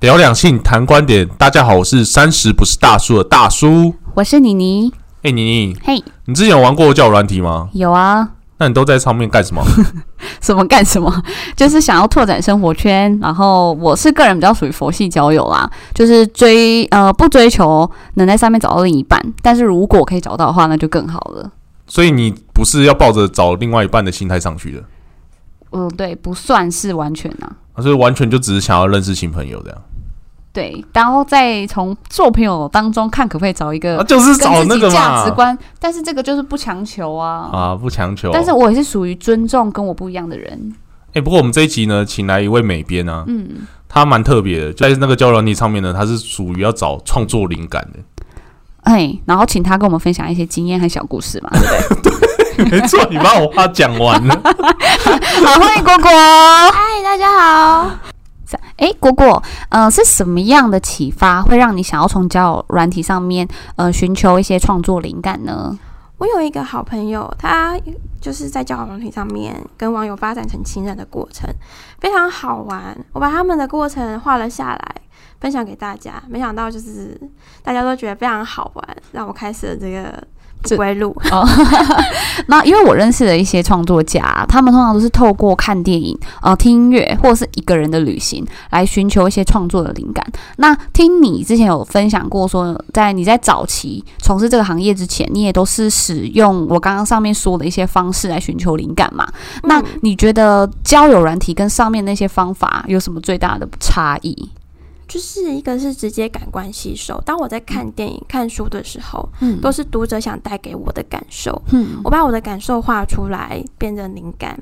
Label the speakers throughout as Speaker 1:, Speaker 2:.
Speaker 1: 聊两性，谈观点。大家好，我是三十不是大叔的大叔。
Speaker 2: 我是妮妮，
Speaker 1: 哎、妮妮，
Speaker 2: 嘿、
Speaker 1: 你之前有玩过交友软体吗？
Speaker 2: 有啊，
Speaker 1: 那你都在上面干什么？
Speaker 2: 什么干什么， 就是想要拓展生活圈。然后我是个人比较属于佛系交友啦，就是追呃不追求能在上面找到另一半，但是如果可以找到的话，那就更好了。
Speaker 1: 所以你不是要抱着找另外一半的心态上去的，
Speaker 2: 嗯，对，不算是完全啊，
Speaker 1: 啊所以完全就只是想要认识新朋友这样。
Speaker 2: 对，然后再从做朋友当中看可不可以找一个
Speaker 1: 啊，就是找
Speaker 2: 呃跟
Speaker 1: 那
Speaker 2: 自
Speaker 1: 个
Speaker 2: 己价值
Speaker 1: 嘛。
Speaker 2: 观，但是这个就是不强求啊。
Speaker 1: 啊，不强求。
Speaker 2: 但是我也是属于尊重跟我不一样的人，
Speaker 1: 哎、不过我们这一集呢，请来一位美编啊，
Speaker 2: 嗯，
Speaker 1: 她蛮特别的，就在那个交友软体上面呢，她是属于要找创作灵感的。
Speaker 2: 哎，然后请他跟我们分享一些经验和小故事嘛。
Speaker 1: 没错，你把我话讲完 了。
Speaker 2: 好，欢迎果果。嗨，大家好。哎，果果，呃，是什么样的启发会让你想要从交友软体上面，呃，寻求一些创作灵感呢？
Speaker 3: 我有一个好朋友，他就是在交友软体上面跟网友发展成情人的过程，非常好玩。我把他们的过程画了下来，分享给大家。没想到就是大家都觉得非常好玩，让我开始了这个不归路。
Speaker 2: 哦，那因为我认识的一些创作家，他们通常都是透过看电影、呃听音乐或者是一个人的旅行来寻求一些创作的灵感。那听你之前有分享过说，在你在早期从事这个行业之前，你也都是使用我刚刚上面说的一些方式来寻求灵感嘛？那
Speaker 3: 嗯
Speaker 2: 你觉得交友软体跟上面那些方法有什么最大的差异？
Speaker 3: 就是一个是直接感官吸收，当我在看电影、看书的时候，
Speaker 2: 嗯
Speaker 3: 都是读者想带给我的感受。
Speaker 2: 嗯
Speaker 3: 我把我的感受画出来，变成灵感。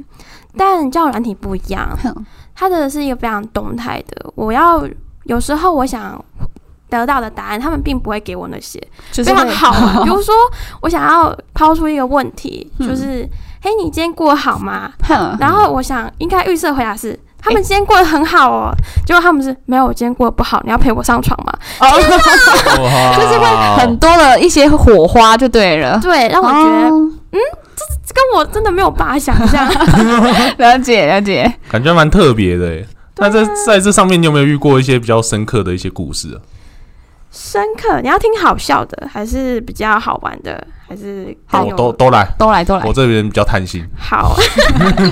Speaker 3: 但交友软体不一样，
Speaker 2: 哼
Speaker 3: 它的是一个非常动态的。我要有时候我想得到的答案，他们并不会给我那些，
Speaker 2: 就
Speaker 3: 非常
Speaker 2: 会
Speaker 3: 好玩。比如说，我想要抛出一个问题，
Speaker 2: 嗯
Speaker 3: 就是：嘿，你今天过得好吗？
Speaker 2: 哼
Speaker 3: 然后我想应该预设回答是。他们今天过得很好哦，结果他们是没有，我今天过得不好，你要陪我上床吗？
Speaker 1: 哇
Speaker 2: 就是会很多的一些火花就对了。
Speaker 3: 对，让我觉得、跟我真的没有办法想象。
Speaker 2: 哦、了解了解。
Speaker 1: 感觉蛮特别的欸。那
Speaker 2: 啊
Speaker 1: 在在这上面，你有没有遇过一些比较深刻的一些故事啊？
Speaker 3: 深刻，你要听好笑的，还是比较好玩的，还是更
Speaker 1: 好，
Speaker 3: 有
Speaker 1: 哦都都来，
Speaker 2: 都来都来
Speaker 1: 我，这边比较贪 心。
Speaker 3: 好？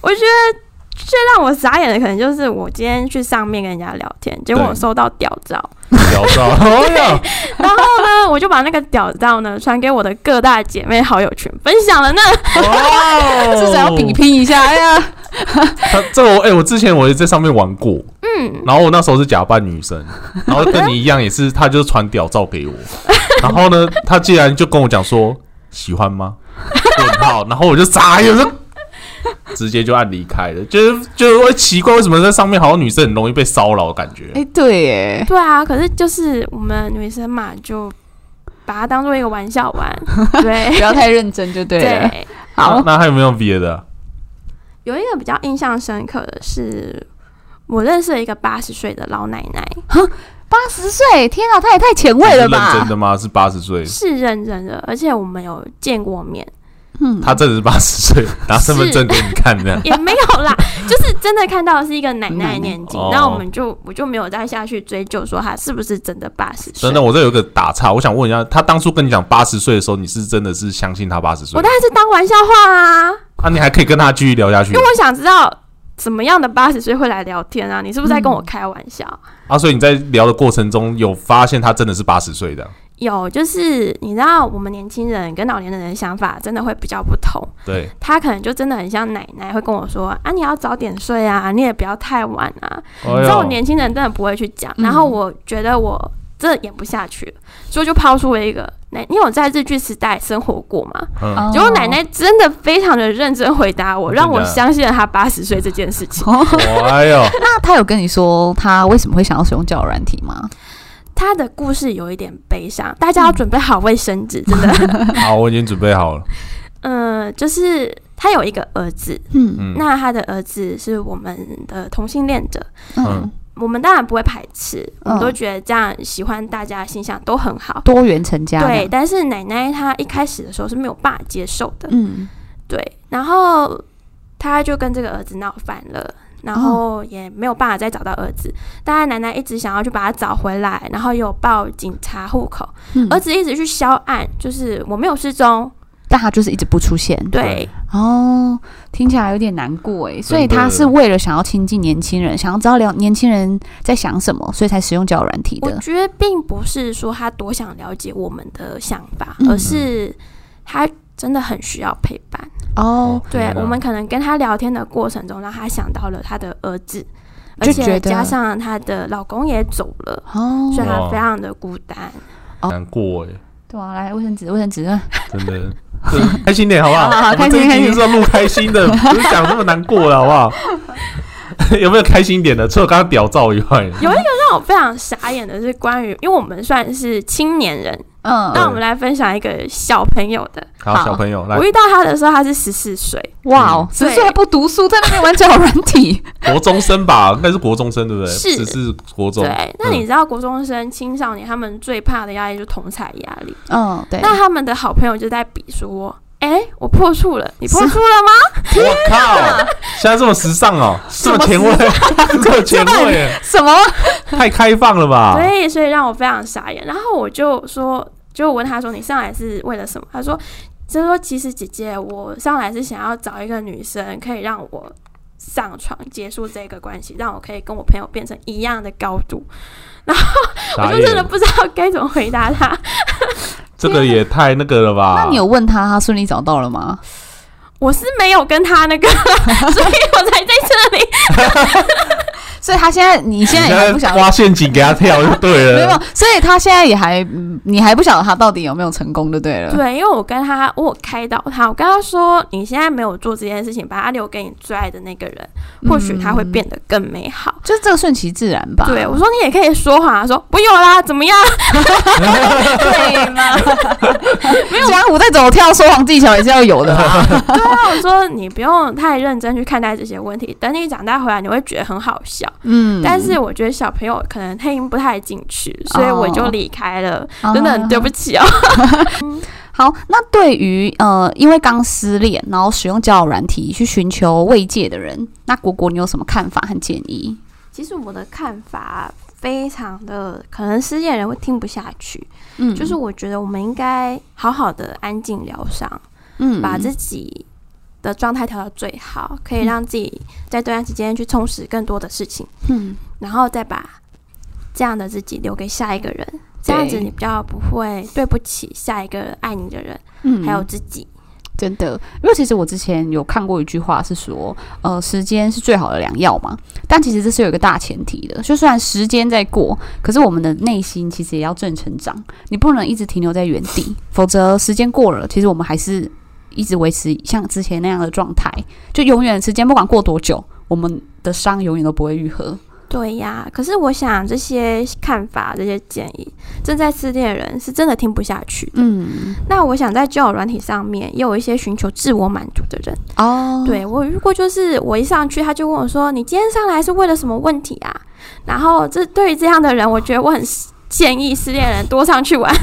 Speaker 3: 我觉得最让我傻眼的，可能就是我今天去上面跟人家聊天，结果
Speaker 1: 对
Speaker 3: 我收到屌照，
Speaker 1: 屌照，
Speaker 2: 哦
Speaker 1: 哎呀，
Speaker 3: 然后呢，我就把那个屌照呢传给我的各大姐妹好友群，分享了呢。
Speaker 1: 哇
Speaker 2: 至少要比拼一下。哎呀，
Speaker 1: 哦他这我哎、我之前我也在上面玩过，
Speaker 3: 嗯，
Speaker 1: 然后我那时候是假扮女 生，然后跟你一样，也是他就是传屌照给我，然后呢，他竟然就跟我讲说喜欢吗？问号，然后我就 傻眼了。直接就按离开了，就是就是会奇怪为什么在上面好像女生很容易被骚扰的感觉。
Speaker 2: 哎，对耶，
Speaker 3: 对啊，可是就是我们女生嘛，就把它当做一个玩笑 玩，
Speaker 2: 不
Speaker 3: 对
Speaker 2: 要太认真就对啊了。
Speaker 3: 对。
Speaker 1: 那
Speaker 2: 好，
Speaker 1: 那还有没有别的啊、
Speaker 3: 有一个比较印象深刻的是，我认识了一个八十岁的老奶奶，
Speaker 2: 嗯八十岁，天啊，他也太前卫了
Speaker 1: 是认真
Speaker 2: 吧？
Speaker 1: 的吗？是八十岁，
Speaker 3: 是认真的，而且我们有见过面，
Speaker 2: 嗯，
Speaker 1: 他真的是八十 岁，拿身份证给你看这样。
Speaker 3: 也没有啦， 就是真的看到的是一个奶
Speaker 2: 奶
Speaker 3: 奶
Speaker 2: 奶
Speaker 3: 的年纪
Speaker 2: 嗯
Speaker 1: 哦，
Speaker 3: 那我们就我就没有再下去追究说她是不是真的八十岁
Speaker 1: 等。等，我这有一个打岔，我想问一下，他当初跟你讲八十岁的时候，你是真的是相信他八十岁
Speaker 3: 我？当然是当玩笑话啊，
Speaker 1: 啊，你还可以跟他继续聊下去
Speaker 3: 因为我想知道怎么样的八十岁会来聊天啊，你是不是在跟我开玩笑？
Speaker 1: 啊？所以你在聊的过程中有发现他真的是八十岁的，
Speaker 3: 有，就是你知道我们年轻人跟老年人的想法真的会比较不同，
Speaker 1: 对，
Speaker 3: 她可能就真的很像奶奶会跟我说啊，你要早点睡啊，你也不要太晚啊，
Speaker 1: 哎
Speaker 3: 这种年轻人真的不会去讲。
Speaker 2: 嗯
Speaker 3: 然后我觉得我真的演不下去了，所以我就抛出了一个：奶，你有在日剧时代生活过吗？
Speaker 2: 哦
Speaker 1: 嗯，
Speaker 3: 结果奶奶真的非常的认真回答我，
Speaker 1: 真的
Speaker 3: 让我相信了她八十岁这件事 情。
Speaker 2: 哦。
Speaker 1: 哎呦，
Speaker 2: 那他有跟你说他为什么会想要使用交友软体吗？
Speaker 3: 她的故事有一点悲伤，大家要准备好卫生纸，真 的。
Speaker 1: 好，我已经准备好了，
Speaker 3: 嗯，就是她有一个儿子，
Speaker 2: 嗯
Speaker 1: 嗯，
Speaker 3: 那她的儿子是我们的同性恋者，
Speaker 2: 嗯，
Speaker 3: 我们当然不会排斥，我们
Speaker 2: 嗯
Speaker 3: 都觉得这样喜欢大家的形象都很好。
Speaker 2: 多元成家。
Speaker 3: 对，，但是奶奶她一开始的时候是没有办法接受的，
Speaker 2: 嗯，
Speaker 3: 对，然后他就跟这个儿子闹翻了，然后也没有办法再找到儿子。但他奶奶一直想要去把他找回来，然后有报警查户口，
Speaker 2: 嗯
Speaker 3: 儿子一直去销案，就是我没有失踪。
Speaker 2: 但他就是一直不出现。
Speaker 3: 对，
Speaker 2: 哦，听起来有点难过诶，所以
Speaker 1: 真的
Speaker 2: 他是为了想要亲近年轻人，想要知道了年轻人在想什么，所以才使用交友软体
Speaker 3: 我
Speaker 2: 的。
Speaker 3: 觉得并不是说他多想了解我们的想法，
Speaker 2: 嗯
Speaker 3: 而是他真的很需要陪伴。
Speaker 2: 哦，
Speaker 3: 对
Speaker 1: 天哪
Speaker 3: 我们可能跟他聊天的过程中，让他想到了他的儿子，而
Speaker 2: 就觉
Speaker 3: 且
Speaker 2: 得
Speaker 3: 加上她的老公也走了，所以
Speaker 2: 哦，
Speaker 3: 她
Speaker 1: 哇
Speaker 3: 非常的孤单。
Speaker 1: 难过哎、
Speaker 2: 对啊，来卫生纸，卫生纸，
Speaker 1: 真的。 真的开心点好不好？
Speaker 2: 好好
Speaker 1: 我们这一
Speaker 2: 开
Speaker 1: 集
Speaker 2: 心
Speaker 1: 就是要录开心的，不是讲那么难过的好不好？ 有没有开心点的？除了刚刚屌照以外，
Speaker 3: 有一个让我非常傻眼的是关于，因为我们算是青年人，那
Speaker 2: 嗯，
Speaker 3: 我们来分享一个小朋友的。
Speaker 1: 好
Speaker 2: 好
Speaker 1: 小朋友来
Speaker 3: 我遇到他的时候，他是十四岁，
Speaker 2: 哇哦，
Speaker 3: 对
Speaker 2: 十岁还不读书，在那边玩交友软体，
Speaker 1: 国中生吧，应该是国中生对不对？只
Speaker 3: 是
Speaker 1: 是国中。
Speaker 3: 对。那
Speaker 1: 嗯
Speaker 3: 你知道国中生、青少年他们最怕的压力就是同才压力，
Speaker 2: 嗯，对，
Speaker 1: 啊
Speaker 3: 那他们的好朋友就在比说。哎、我破处了，你破
Speaker 1: 啊
Speaker 3: 处了吗？
Speaker 1: 我靠！ 现在这么时尚哦，这么前卫， 这么前卫，
Speaker 2: 什么？
Speaker 1: 太开放了吧？
Speaker 3: 对，所以让我非常傻眼。然后我就说，就问他说：“你上来是为了什么？”他说：“就是说，其实姐姐，我上来是想要找一个女生，可以让我上床结束这个关系，让我可以跟我朋友变成一样的高度。”我
Speaker 1: 傻
Speaker 3: 就真的
Speaker 1: 眼
Speaker 3: 不知道该怎么回答他。
Speaker 1: 这个也太那个了吧？
Speaker 2: 那你有问他，他顺利找到了吗？
Speaker 3: 我是没有跟 他那个，所以我才在这里。
Speaker 2: 所以他现在，你现在
Speaker 1: 你
Speaker 2: 也还不
Speaker 1: 现
Speaker 2: 想
Speaker 1: 在。挖陷阱给他跳就对
Speaker 2: 没有，没有
Speaker 1: 了。
Speaker 2: 所以他现在也还，嗯你还不晓得他到底有没有成功，就对了。
Speaker 3: 对，因为我跟他，我有开导他，我跟他说：“你现在没有做这件事情，把他留给你最爱的那个人，或许他会
Speaker 2: 嗯
Speaker 3: 变得更美好。
Speaker 2: 就是这个顺其自然吧。
Speaker 3: 对，我说你也可以说谎，啊他说不有啦，怎么样？对 吗？
Speaker 2: 江湖再怎么跳，说谎技巧也是要有的吧。
Speaker 3: 那啊 我说你不用太认真去看待这些问题，等你长大回来，你会觉得很好笑。
Speaker 2: 嗯
Speaker 3: 但是我觉得小朋友可能他已经不太进去，所以我就
Speaker 2: 哦
Speaker 3: 离开了，真的很对不
Speaker 2: 起。
Speaker 3: 起哦。
Speaker 2: 好，那对于呃，因为刚失恋，然后使用交友软体去寻求慰藉的人，那果果你有什么看法和建议？
Speaker 3: 其实我的看法非常的，可能失恋人会听不下去，
Speaker 2: 嗯
Speaker 3: 就是我觉得我们应该好好的安静疗伤。
Speaker 2: 嗯
Speaker 3: 把自己的状态调到最好，可以让自己在这段时间去充实更多的事情，
Speaker 2: 嗯
Speaker 3: 然后再把这样的自己留给下一个人。这样子你比较不会对不起下一个爱你的人，
Speaker 2: 嗯
Speaker 3: 还有自己。
Speaker 2: 真的，因为其实我之前有看过一句话是说，呃，时间是最好的良药嘛。但其实这是有一个大前提的，就虽然时间在过，可是我们的内心其实也要正成长，你不能一直停留在原地，否则时间过了，其实我们还是一直维持像之前那样的状态，就永远时间不管过多久，我们的伤永远都不会愈合。
Speaker 3: 对呀，可是我想这些看法、这些建议，正在失恋的人是真的听不下去。
Speaker 2: 嗯，
Speaker 3: 那我想在交友软体上面，也有一些寻求自我满足的人。
Speaker 2: 哦，
Speaker 3: 对我遇过，就是我一上去，他就问我说：“你今天上来是为了什么问题啊？”然后这对于这样的人，我觉得我很建议失恋人多上去玩。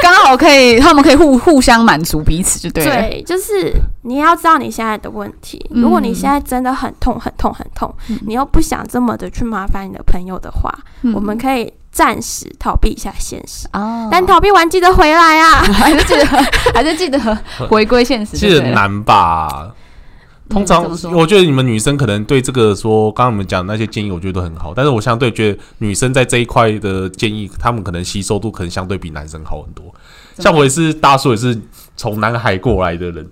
Speaker 2: 刚好可以，他们可以互互相满足彼此，就对了。
Speaker 3: 对，就是你要知道你现在的问题。如果你
Speaker 2: 嗯
Speaker 3: 现在真的很痛、很痛、很痛，你又不想这么的去麻烦你的朋友的话，
Speaker 2: 嗯
Speaker 3: 我们可以暂时逃避一下现实。
Speaker 2: 哦，
Speaker 3: 但逃避完记得回来啊！
Speaker 2: 还是记得，还是记得回归现实就
Speaker 1: 这
Speaker 2: 对了。
Speaker 1: 很难吧？通常
Speaker 2: 嗯嗯怎么说
Speaker 1: 我觉得你们女生可能对这个说，刚刚你们讲的那些建议，我觉得都很好，但是我相对觉得女生在这一块的建议，她们可能吸收度可能相对比男生好很多。
Speaker 2: 怎么
Speaker 1: 像我也是大叔，也是从南海过来的人，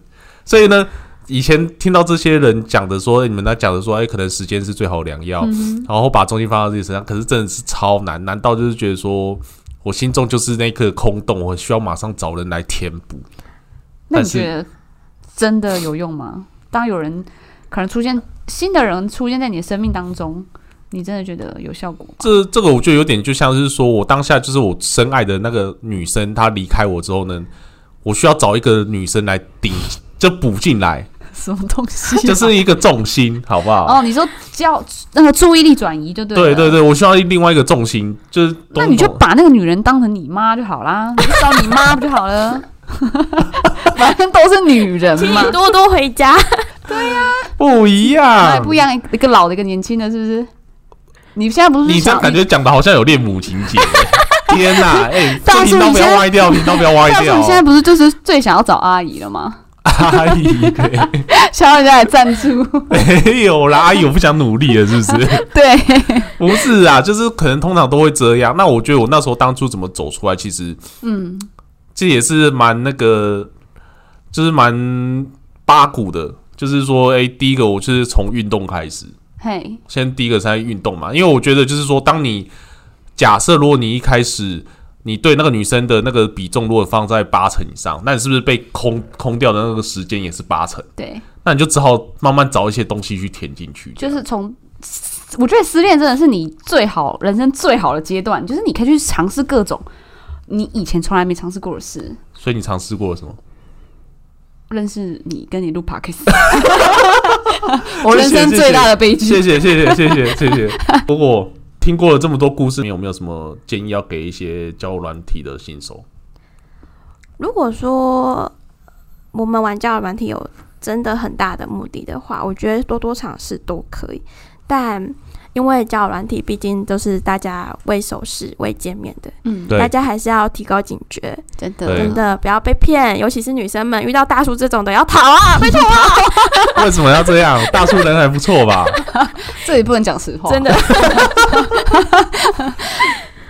Speaker 1: 所以呢，以前听到这些人讲的说，你们在讲的说，哎、可能时间是最好的良药，然后把重心放到自己身上，可是真的是超难，难道就是觉得说我心中就是那颗空洞，我需要马上找人来填补。
Speaker 2: 那
Speaker 1: 但
Speaker 2: 你
Speaker 1: 是
Speaker 2: 觉得真的有用吗？当有人可能出现新的人出现在你的生命当中，你真的觉得有效果吗？
Speaker 1: 这这个我觉得有点就像是说我当下就是我深爱的那个女生，她离开我之后呢，我需要找一个女生来顶，就补进来，
Speaker 2: 什么东西啊、
Speaker 1: 就是一个重心，好不好？
Speaker 2: 哦，你说叫那个注意力转移就对了。啊
Speaker 1: 对对对，我需要另外一个重心，就是
Speaker 2: 那你就
Speaker 1: 懂
Speaker 2: 把那个女人当成你妈就好啦，你就找你 妈不就好了？反正都是女人
Speaker 3: 请
Speaker 2: 嘛
Speaker 3: 你，多多回家。
Speaker 1: 不一
Speaker 2: 哪
Speaker 1: 样
Speaker 2: 里，不一样，一个老的，一个年轻的，是不是？你现在不是
Speaker 1: 你这
Speaker 2: 想
Speaker 1: 样感觉讲的好像有恋母情 节。天哪！哎，
Speaker 2: 大
Speaker 1: 这频
Speaker 2: 叔
Speaker 1: 道
Speaker 2: 你
Speaker 1: 不
Speaker 2: 现在
Speaker 1: 要歪掉，频道不要歪
Speaker 2: 但是
Speaker 1: 掉
Speaker 2: 你。现在不是就是最想要找阿姨了吗？
Speaker 1: 阿姨，
Speaker 2: 想要人家来赞助，
Speaker 1: 哎没有啦，阿姨，我不想努力了，是不是？
Speaker 2: 对，
Speaker 1: 不是啊，就是可能通常都会这样。那我觉得我那时候当初怎么走出来，其实
Speaker 2: 嗯，
Speaker 1: 这也是蛮那个，就是蛮八股的。就是说，哎、第一个我就是从运动开始，
Speaker 2: 嘿，
Speaker 1: 先第一个是在运动嘛，因为我觉得就是说，当你假设如果你一开始你对那个女生的那个比重如果放在八成以上，那你是不是被空空掉的那个时间也是八成？
Speaker 2: 对，
Speaker 1: 那你就只好慢慢找一些东西去填进去。
Speaker 2: 就是从。我觉得失恋真的是你最好人生最好的阶段，就是你可以去尝试各种你以前从来没尝试过的事。
Speaker 1: 所以你尝试过了什么？
Speaker 2: 认识你，跟你录 podcast，我人生最大的悲剧。
Speaker 1: 谢谢谢谢谢谢谢谢。不过听过了这么多故事，你有没有什么建议要给一些教软体的新手？
Speaker 3: 如果说我们玩交友软体有真的很大的目的的话，我觉得多多尝试都可以。但因为交友软体毕竟都是大家为熟识、为见面的，
Speaker 2: 嗯，
Speaker 1: 对
Speaker 3: 大家还是要提高警觉，
Speaker 2: 真
Speaker 1: 对
Speaker 2: 的
Speaker 3: 真的不要被骗。尤其是女生们遇到大叔这种的要逃啊，被逃啊！
Speaker 1: 为什么要这样？大叔人还不错吧？
Speaker 2: 这里不能讲实话，
Speaker 3: 真的，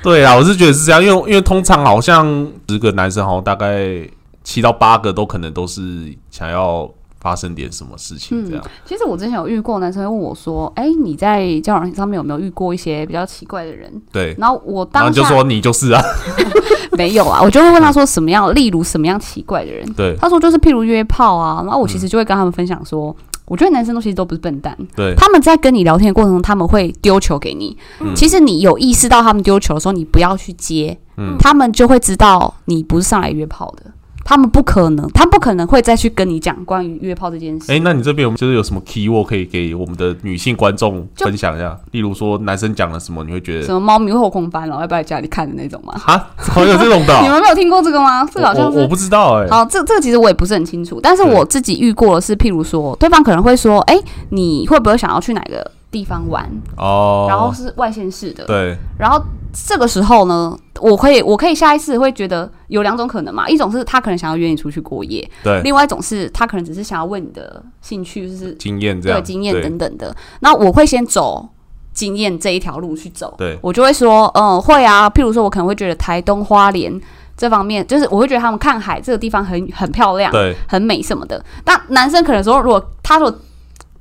Speaker 1: 对啊，我是觉得是这样，因为因为通常好像十个男生好像大概七到八个都可能都是想要发生点什么事情这样。
Speaker 2: 其实我之前有遇过男生会问我说：“哎、你在交友软件上面有没有遇过一些比较奇怪的人
Speaker 1: 对？”，
Speaker 2: 然后我
Speaker 1: 然后
Speaker 2: 当
Speaker 1: 你就
Speaker 2: 下
Speaker 1: 说你就是啊，
Speaker 2: 没有啊，我就会问他说什么样，例如什么样奇怪的人。
Speaker 1: 对
Speaker 2: 他说就是譬如约炮啊，然后我其实
Speaker 1: 嗯
Speaker 2: 就会跟他们分享说，我觉得男生都其实都不是笨蛋，
Speaker 1: 对
Speaker 2: 他们在跟你聊天的过程中，他们会丢球给你。
Speaker 1: 嗯
Speaker 2: 其实你有意识到他们丢球的时候，你不要去接，
Speaker 1: 嗯
Speaker 2: 他们就会知道你不是上来约炮的。他们不可能，他不可能会再去跟你讲关于约炮这件事。
Speaker 1: 哎、那你这边有就是有什么 key word 可以给我们的女性观众
Speaker 2: 就
Speaker 1: 分享一下？例如说男生讲了什么，你会觉
Speaker 2: 嗯什
Speaker 1: 得
Speaker 2: 么猫咪后空翻了，要不要在家里看的那种吗？
Speaker 1: 啊，好有这种的
Speaker 2: 你
Speaker 1: 哦、
Speaker 2: 们没有听过这个吗？这个好像
Speaker 1: 我我我
Speaker 2: 是。
Speaker 1: 不知道哎、
Speaker 2: 好，这这个其实我也不是很清楚，但是我自己遇过的是，譬如说，对方可能会说，哎、你会不会想要去哪个地方玩？
Speaker 1: 哦，
Speaker 2: 然后是外县市的，
Speaker 1: 对
Speaker 2: 然后这个时候呢，我可以我可以下一次会觉得有两种可能嘛，一种是他可能想要约你出去过夜，
Speaker 1: 对，
Speaker 2: 另外一种是他可能只是想要问你的兴趣，就是
Speaker 1: 经验这
Speaker 2: 对
Speaker 1: 样，
Speaker 2: 经验等等的。那我会先走经验这一条路去走，
Speaker 1: 对
Speaker 2: 我就会说，嗯，会啊。譬如说，我可能会觉得台东花莲这方面，就是我会觉得他们看海这个地方很很漂亮，
Speaker 1: 对
Speaker 2: 很美什么的。那男生可能说，如果他如果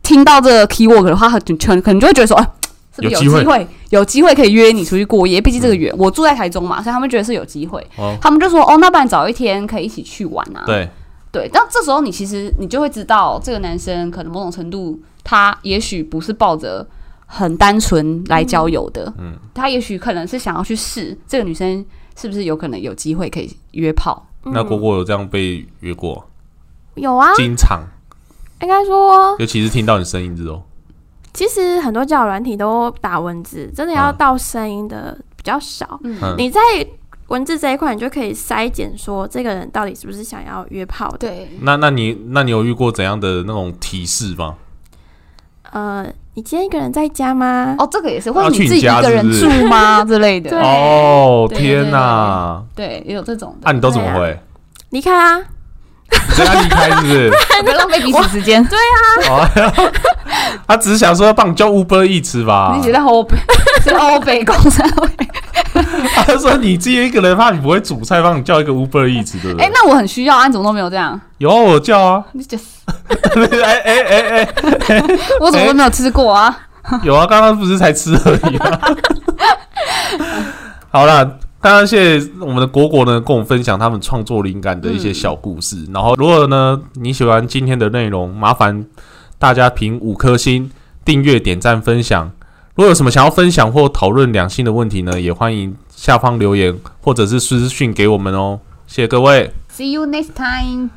Speaker 2: 听到这个 keyword 的话，他很全可能就会觉得说，哎、是不是
Speaker 1: 有
Speaker 2: 有
Speaker 1: 机会嗯
Speaker 2: 机会？有机会可以约你出去过夜，毕竟这个远，我住在台中嘛，所以他们觉得是有机会。
Speaker 1: 哦
Speaker 2: 他们就说，哦，那不然找一天可以一起去玩啊。
Speaker 1: 对
Speaker 2: 对，但这时候你其实你就会知道，这个男生可能某种程度，他也许不是抱着很单纯来交友的，嗯，他也许可能是想要去试这个女生是不是有可能有机会可以约炮。
Speaker 1: 那果果有这样被约过，
Speaker 3: 有啊，
Speaker 1: 经常，
Speaker 3: 应该说
Speaker 1: 尤其是听到你声音之后，
Speaker 3: 其实很多交友软体都打文字，真的要到声音的比较少。
Speaker 1: 嗯
Speaker 3: 你在文字这一块，你就可以筛检说这个人到底是不是想要约炮的。
Speaker 2: 对，
Speaker 1: 那那你那你有遇过怎样的那种提示吗？
Speaker 3: 呃，你今天一个人在家吗？
Speaker 2: 哦，这个也是，或
Speaker 1: 要
Speaker 2: 者
Speaker 1: 去你
Speaker 2: 你自己
Speaker 1: 家
Speaker 2: 一个
Speaker 1: 是
Speaker 2: 人
Speaker 1: 不是
Speaker 2: 住吗 之类的
Speaker 3: 对？
Speaker 1: 哦，
Speaker 2: 对对
Speaker 1: 天
Speaker 2: 对
Speaker 1: 哪！
Speaker 2: 对，也有这种
Speaker 1: 啊，
Speaker 2: 的，
Speaker 1: 你都怎么
Speaker 3: 对
Speaker 1: 回？
Speaker 3: 离开啊！
Speaker 1: 你这样离开是不是？哦
Speaker 2: 不要浪费彼此时间。
Speaker 1: 他只是想说要帮你叫 Uber E 吃吧
Speaker 2: 你一？直在后背，是后背公山会。
Speaker 1: 他说你自己一个人怕你不会煮菜，帮你叫一个 Uber E 吃，对不
Speaker 2: 哎、
Speaker 1: 对？
Speaker 2: 那我很需要，啊，你怎么都没有这样？
Speaker 1: 有啊我叫啊，
Speaker 2: 你就是
Speaker 1: 哎哎哎哎，
Speaker 2: 我怎么都没有吃过啊？
Speaker 1: 有啊，刚刚不是才吃而已啊。 好啦。刚刚谢谢我们的果果呢，跟我们分享他们创作灵感的一些小故事。然后，如果呢你喜欢今天的内容，麻烦大家评五颗星、订阅、点赞、分享。如果有什么想要分享或讨论两性的问题呢，也欢迎下方留言或者是私讯给我们哦。谢谢各位。
Speaker 2: See you next time.